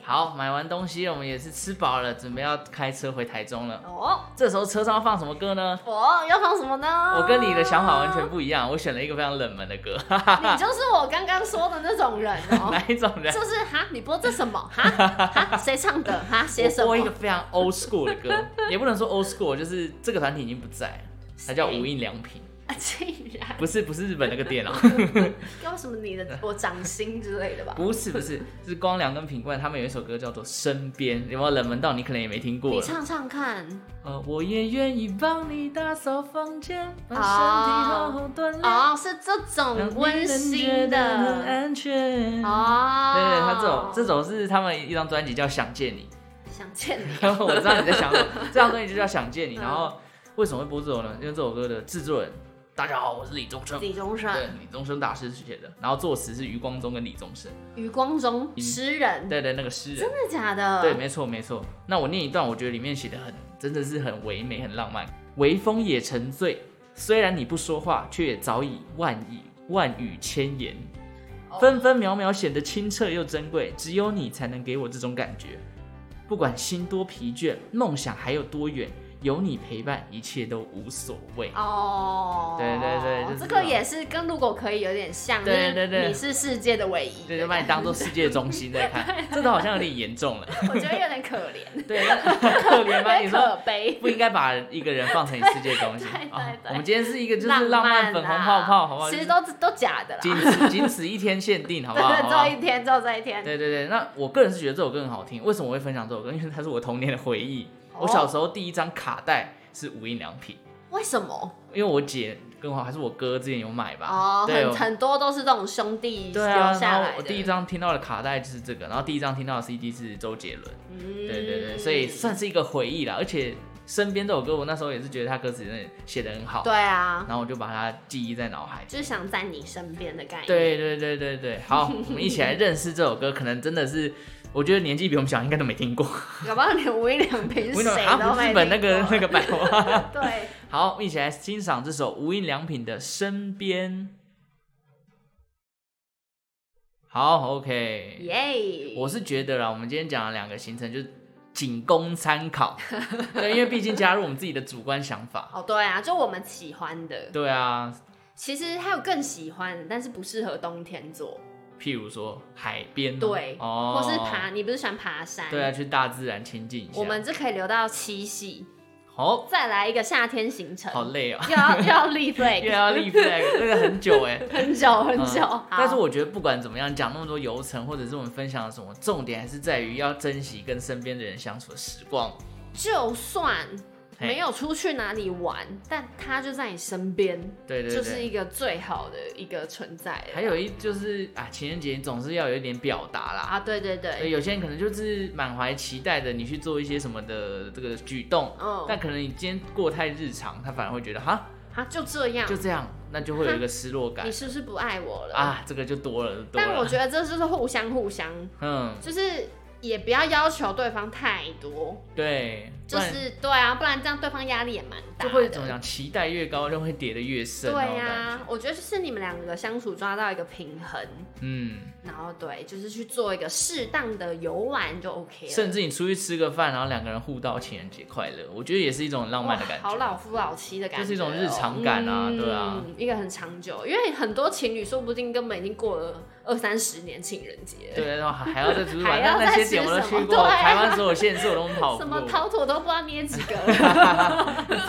Speaker 1: 好，买完东西我们也是吃饱了，准备要开车回台中了。
Speaker 2: 哦，
Speaker 1: 这时候车上要放什么歌呢？
Speaker 2: 我要放什么呢？
Speaker 1: 我跟你的想法完全不一样，我选了一个非常冷门的歌。 哈哈
Speaker 2: 你就是我刚刚说的那种人 哦、
Speaker 1: 哪一种人？
Speaker 2: 就是哈，你播这 什么哈哈，谁唱的哈，写什
Speaker 1: 我播一个
Speaker 2: 么？
Speaker 1: 非常 old school 的歌，也不能说 old school，就是这个团体已经不在了，它叫
Speaker 2: 谁
Speaker 1: 无印良品，
Speaker 2: 啊竟然
Speaker 1: 不是不是日本那个 店哦，
Speaker 2: 搞什么你的我掌心之类的吧？
Speaker 1: 不是不是，是光良跟品冠他们有一首歌叫做《身边》，有没有冷门到你可能也没听过
Speaker 2: 你
Speaker 1: 了？
Speaker 2: 唱唱看
Speaker 1: 呃，我也愿意帮你打扫房间，把身体
Speaker 2: 哦
Speaker 1: 好好锻炼。
Speaker 2: 哦，是这
Speaker 1: 让
Speaker 2: 种
Speaker 1: 你
Speaker 2: 温
Speaker 1: 能觉
Speaker 2: 馨
Speaker 1: 得很
Speaker 2: 的
Speaker 1: 安全。
Speaker 2: 哦。
Speaker 1: 对嗯对，他这种这种是他们一张专辑叫《想见你
Speaker 2: 想见你》，
Speaker 1: 然后我知道你在想什 么，这张专辑就叫《想见你》。
Speaker 2: 嗯
Speaker 1: 然后为什么会播这首呢？因为这首歌的制作人，大家好，我是李宗盛，
Speaker 2: 李宗
Speaker 1: 对
Speaker 2: 盛、，
Speaker 1: 李宗盛大师写的，然后作词是余光中跟李宗盛，
Speaker 2: 余光中诗人，
Speaker 1: 嗯对对，那个诗人
Speaker 2: 嗯真，的假的？
Speaker 1: 对，没错没错。那我念一段，我觉得里面写的很，真的是很唯美，很浪漫。微风也沉醉，虽然你不说话，却也早已万语万语千言，
Speaker 2: 哦
Speaker 1: 分分秒秒显得清澈又珍贵，只有你才能给我这种感觉。不管心多疲倦，梦想还有多远，有你陪伴，一切都无所谓。
Speaker 2: 哦，
Speaker 1: 对对对就是这
Speaker 2: 这
Speaker 1: 种
Speaker 2: 个也是跟如果可以有点像，
Speaker 1: 对
Speaker 2: 就是
Speaker 1: 对对
Speaker 2: 你是世界的唯一，
Speaker 1: 对，就把你当做世界中心在 看，这都好像有点严重了。
Speaker 2: 我觉得有点可怜，
Speaker 1: 对，那可
Speaker 2: 有
Speaker 1: 怜吗？你
Speaker 2: 点
Speaker 1: 说
Speaker 2: 可悲。
Speaker 1: 不应该把一个人放成你世界中心
Speaker 2: 对对对
Speaker 1: 啊
Speaker 2: 对！
Speaker 1: 我们今天是一个就是浪漫粉红泡泡，好不好？
Speaker 2: 啊其实都都假的啦，
Speaker 1: 仅此仅此一天限定，好不好？
Speaker 2: 对
Speaker 1: 好
Speaker 2: 对，
Speaker 1: 不
Speaker 2: 只
Speaker 1: 好
Speaker 2: 有一天，只有这一天。
Speaker 1: 对对对，那我个人是觉得这首歌很好听。为什么我会分享这首歌？ 因为它是我童年的回忆。
Speaker 2: 哦
Speaker 1: 我小时候第一张卡带是无印良品，
Speaker 2: 为什么？
Speaker 1: 因为我姐跟我还是我哥之前有买吧。
Speaker 2: 哦，
Speaker 1: 啊对，
Speaker 2: 很
Speaker 1: 我
Speaker 2: 很多都是这种兄弟留
Speaker 1: 对啊。
Speaker 2: 下
Speaker 1: 然后
Speaker 2: 来
Speaker 1: 我
Speaker 2: 的。
Speaker 1: 第一张听到的卡带就是这个，然后第一张听到的 CD 是周杰伦。
Speaker 2: 嗯，
Speaker 1: 对对对，所以算是一个回忆啦。而且身边这首歌，我那时候也是觉得它歌词真的写的很好。
Speaker 2: 对啊，哎
Speaker 1: 然后我就把它记忆在脑海。
Speaker 2: 就是想在你身边的概念。
Speaker 1: 对对对对对，好，我们一起来认识这首歌，可能真的是，我觉得年纪比我们小，应该都没听过。
Speaker 2: 搞不好连无印良品
Speaker 1: 无
Speaker 2: 是
Speaker 1: 印
Speaker 2: 谁
Speaker 1: 良
Speaker 2: 都
Speaker 1: 品，
Speaker 2: 没
Speaker 1: 日本那
Speaker 2: 听
Speaker 1: 个
Speaker 2: 过
Speaker 1: 那个版本。
Speaker 2: 对，
Speaker 1: 好，我们一起来欣赏这首无印良品的《身边》。好，OK，
Speaker 2: 耶！
Speaker 1: 我是觉得啦，我们今天讲了两个行程，就是仅供参 考，对，因为毕竟加入我们自己的主观想法。
Speaker 2: 哦，对啊，就我们喜欢的。
Speaker 1: 对啊，
Speaker 2: 其实还有更喜欢的，但是不适合冬天做，
Speaker 1: 譬如说海边吗，
Speaker 2: 对，
Speaker 1: 哦，
Speaker 2: 或是爬，，你不是喜欢爬山？
Speaker 1: 对啊，，啊去大自然亲近一下。
Speaker 2: 我们这可以留到七夕，
Speaker 1: 好
Speaker 2: 再来一个夏天行程，
Speaker 1: 好 累哦，
Speaker 2: 又要又 要立
Speaker 1: 又
Speaker 2: flag，
Speaker 1: 要立 flag，那个很久哎。
Speaker 2: 很久很久。
Speaker 1: 嗯
Speaker 2: 好
Speaker 1: 但是我觉得不管怎么样，讲那么多游程，或者是我们分享了什么，重点还是在于要珍惜跟身边的人相处的时光。
Speaker 2: 就算
Speaker 1: 嘿
Speaker 2: 没有出去哪里玩，但他就在你身边，
Speaker 1: 对对对，
Speaker 2: 就是一个最好的一个存在了。
Speaker 1: 还有一就是啊，情人节总是要有一点表达啦。
Speaker 2: 啊，对对
Speaker 1: 所以
Speaker 2: 对，
Speaker 1: 有些人可能就是满怀期待的，你去做一些什么的这个举动，
Speaker 2: 嗯
Speaker 1: 但可能你今天过太日常，他反而会觉得哈
Speaker 2: 啊，就这样
Speaker 1: 就，这样，那就会有一个失落 感
Speaker 2: 你是不是不爱我了？
Speaker 1: 啊，这个就多了多了。
Speaker 2: 但我觉得这就是互相互相，
Speaker 1: 嗯，
Speaker 2: 就是也不要要求对方太多，
Speaker 1: 对，
Speaker 2: 就
Speaker 1: 不然
Speaker 2: 是对啊，不然这样对方压力也蛮大
Speaker 1: 就
Speaker 2: 的，
Speaker 1: 会怎么讲？期待越高，就会跌得越深。
Speaker 2: 对啊
Speaker 1: 呀、
Speaker 2: 呀、我觉得就是你们两个相处抓到一个平衡，
Speaker 1: 嗯，
Speaker 2: 然后对，就是去做一个适当的游玩就 OK 了。
Speaker 1: 甚至你出去吃个饭，然后两个人互道情人节快乐，我觉得也是一种浪漫的感
Speaker 2: 哇哦好
Speaker 1: 觉。
Speaker 2: 老夫老妻的感觉哦，
Speaker 1: 就是一种日常感啊对啊
Speaker 2: 嗯，一个很长久，因为很多情侣说不定根本已经过了二三十年情人节，
Speaker 1: 对，然后还还要在图 书馆，
Speaker 2: 还要
Speaker 1: 那那些
Speaker 2: 再吃
Speaker 1: 点我都
Speaker 2: 什么
Speaker 1: 去
Speaker 2: 对
Speaker 1: 过，
Speaker 2: 啊
Speaker 1: 台湾所有县市我都跑
Speaker 2: 什么
Speaker 1: 过，
Speaker 2: 陶土都不知道捏几个，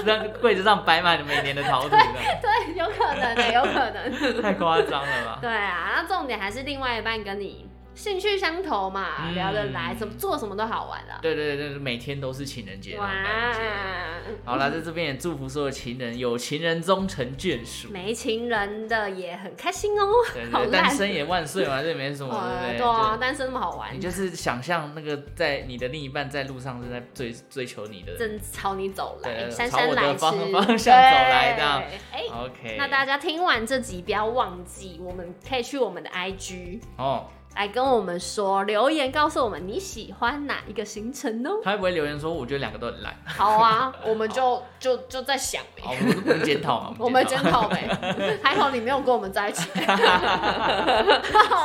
Speaker 1: 那柜子上摆满每年的陶土的，
Speaker 2: 对，有可能的、有可能。
Speaker 1: 太夸张了 吧？
Speaker 2: 对啊，那重点还是另外一半跟你兴趣相投嘛，
Speaker 1: 嗯
Speaker 2: 聊得来，怎么做什么都好玩啊。
Speaker 1: 对对对，对每天都是情人节那种感觉。
Speaker 2: 哇，
Speaker 1: 好啦，在这边也祝福所有情人，有情人终成眷属。
Speaker 2: 没情人的也很开心哦，
Speaker 1: 对
Speaker 2: 好
Speaker 1: 对，
Speaker 2: 烂
Speaker 1: 单身也万岁嘛，这也没什么，对
Speaker 2: 呃，
Speaker 1: 不
Speaker 2: 对啊，单身那么好玩
Speaker 1: 你，就是想象那个在你的另一半在路上正在追追求你的。
Speaker 2: 正朝你走来，
Speaker 1: 对
Speaker 2: 姗
Speaker 1: 朝
Speaker 2: 姗
Speaker 1: 我的
Speaker 2: 来迟，
Speaker 1: 方 方向走来
Speaker 2: 对
Speaker 1: 这样
Speaker 2: 哎，
Speaker 1: OK，
Speaker 2: 那大家听完这集，不要忘记，我们可以去我们的 IG
Speaker 1: 哦，
Speaker 2: 来跟我们说，留言告诉我们你喜欢哪一个行程哦。
Speaker 1: 他会不会留言说我觉得两个都很 烂？
Speaker 2: 好啊，我们就就就在想
Speaker 1: 好，我
Speaker 2: 呗，
Speaker 1: 们我们检讨 嘛，
Speaker 2: 我们检讨呗。 还好你没有跟我们在一起，好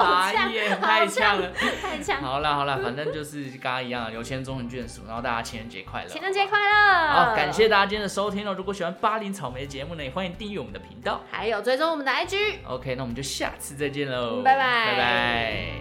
Speaker 1: 傻
Speaker 2: 呛，
Speaker 1: 眼，
Speaker 2: 好
Speaker 1: 太呛了。
Speaker 2: 太呛。
Speaker 1: 好啦好啦，反正就是刚刚一样，有钱终成眷属，然后大家情人节快乐，
Speaker 2: 情人节快乐！
Speaker 1: 好，感谢。大家今天的收听哦。如果喜欢巴林草莓的节目呢，也欢迎订阅我们的频道。
Speaker 2: 还有追踪我们的 IG。
Speaker 1: OK，那我们就下次再见喽，
Speaker 2: 嗯拜拜
Speaker 1: 拜拜。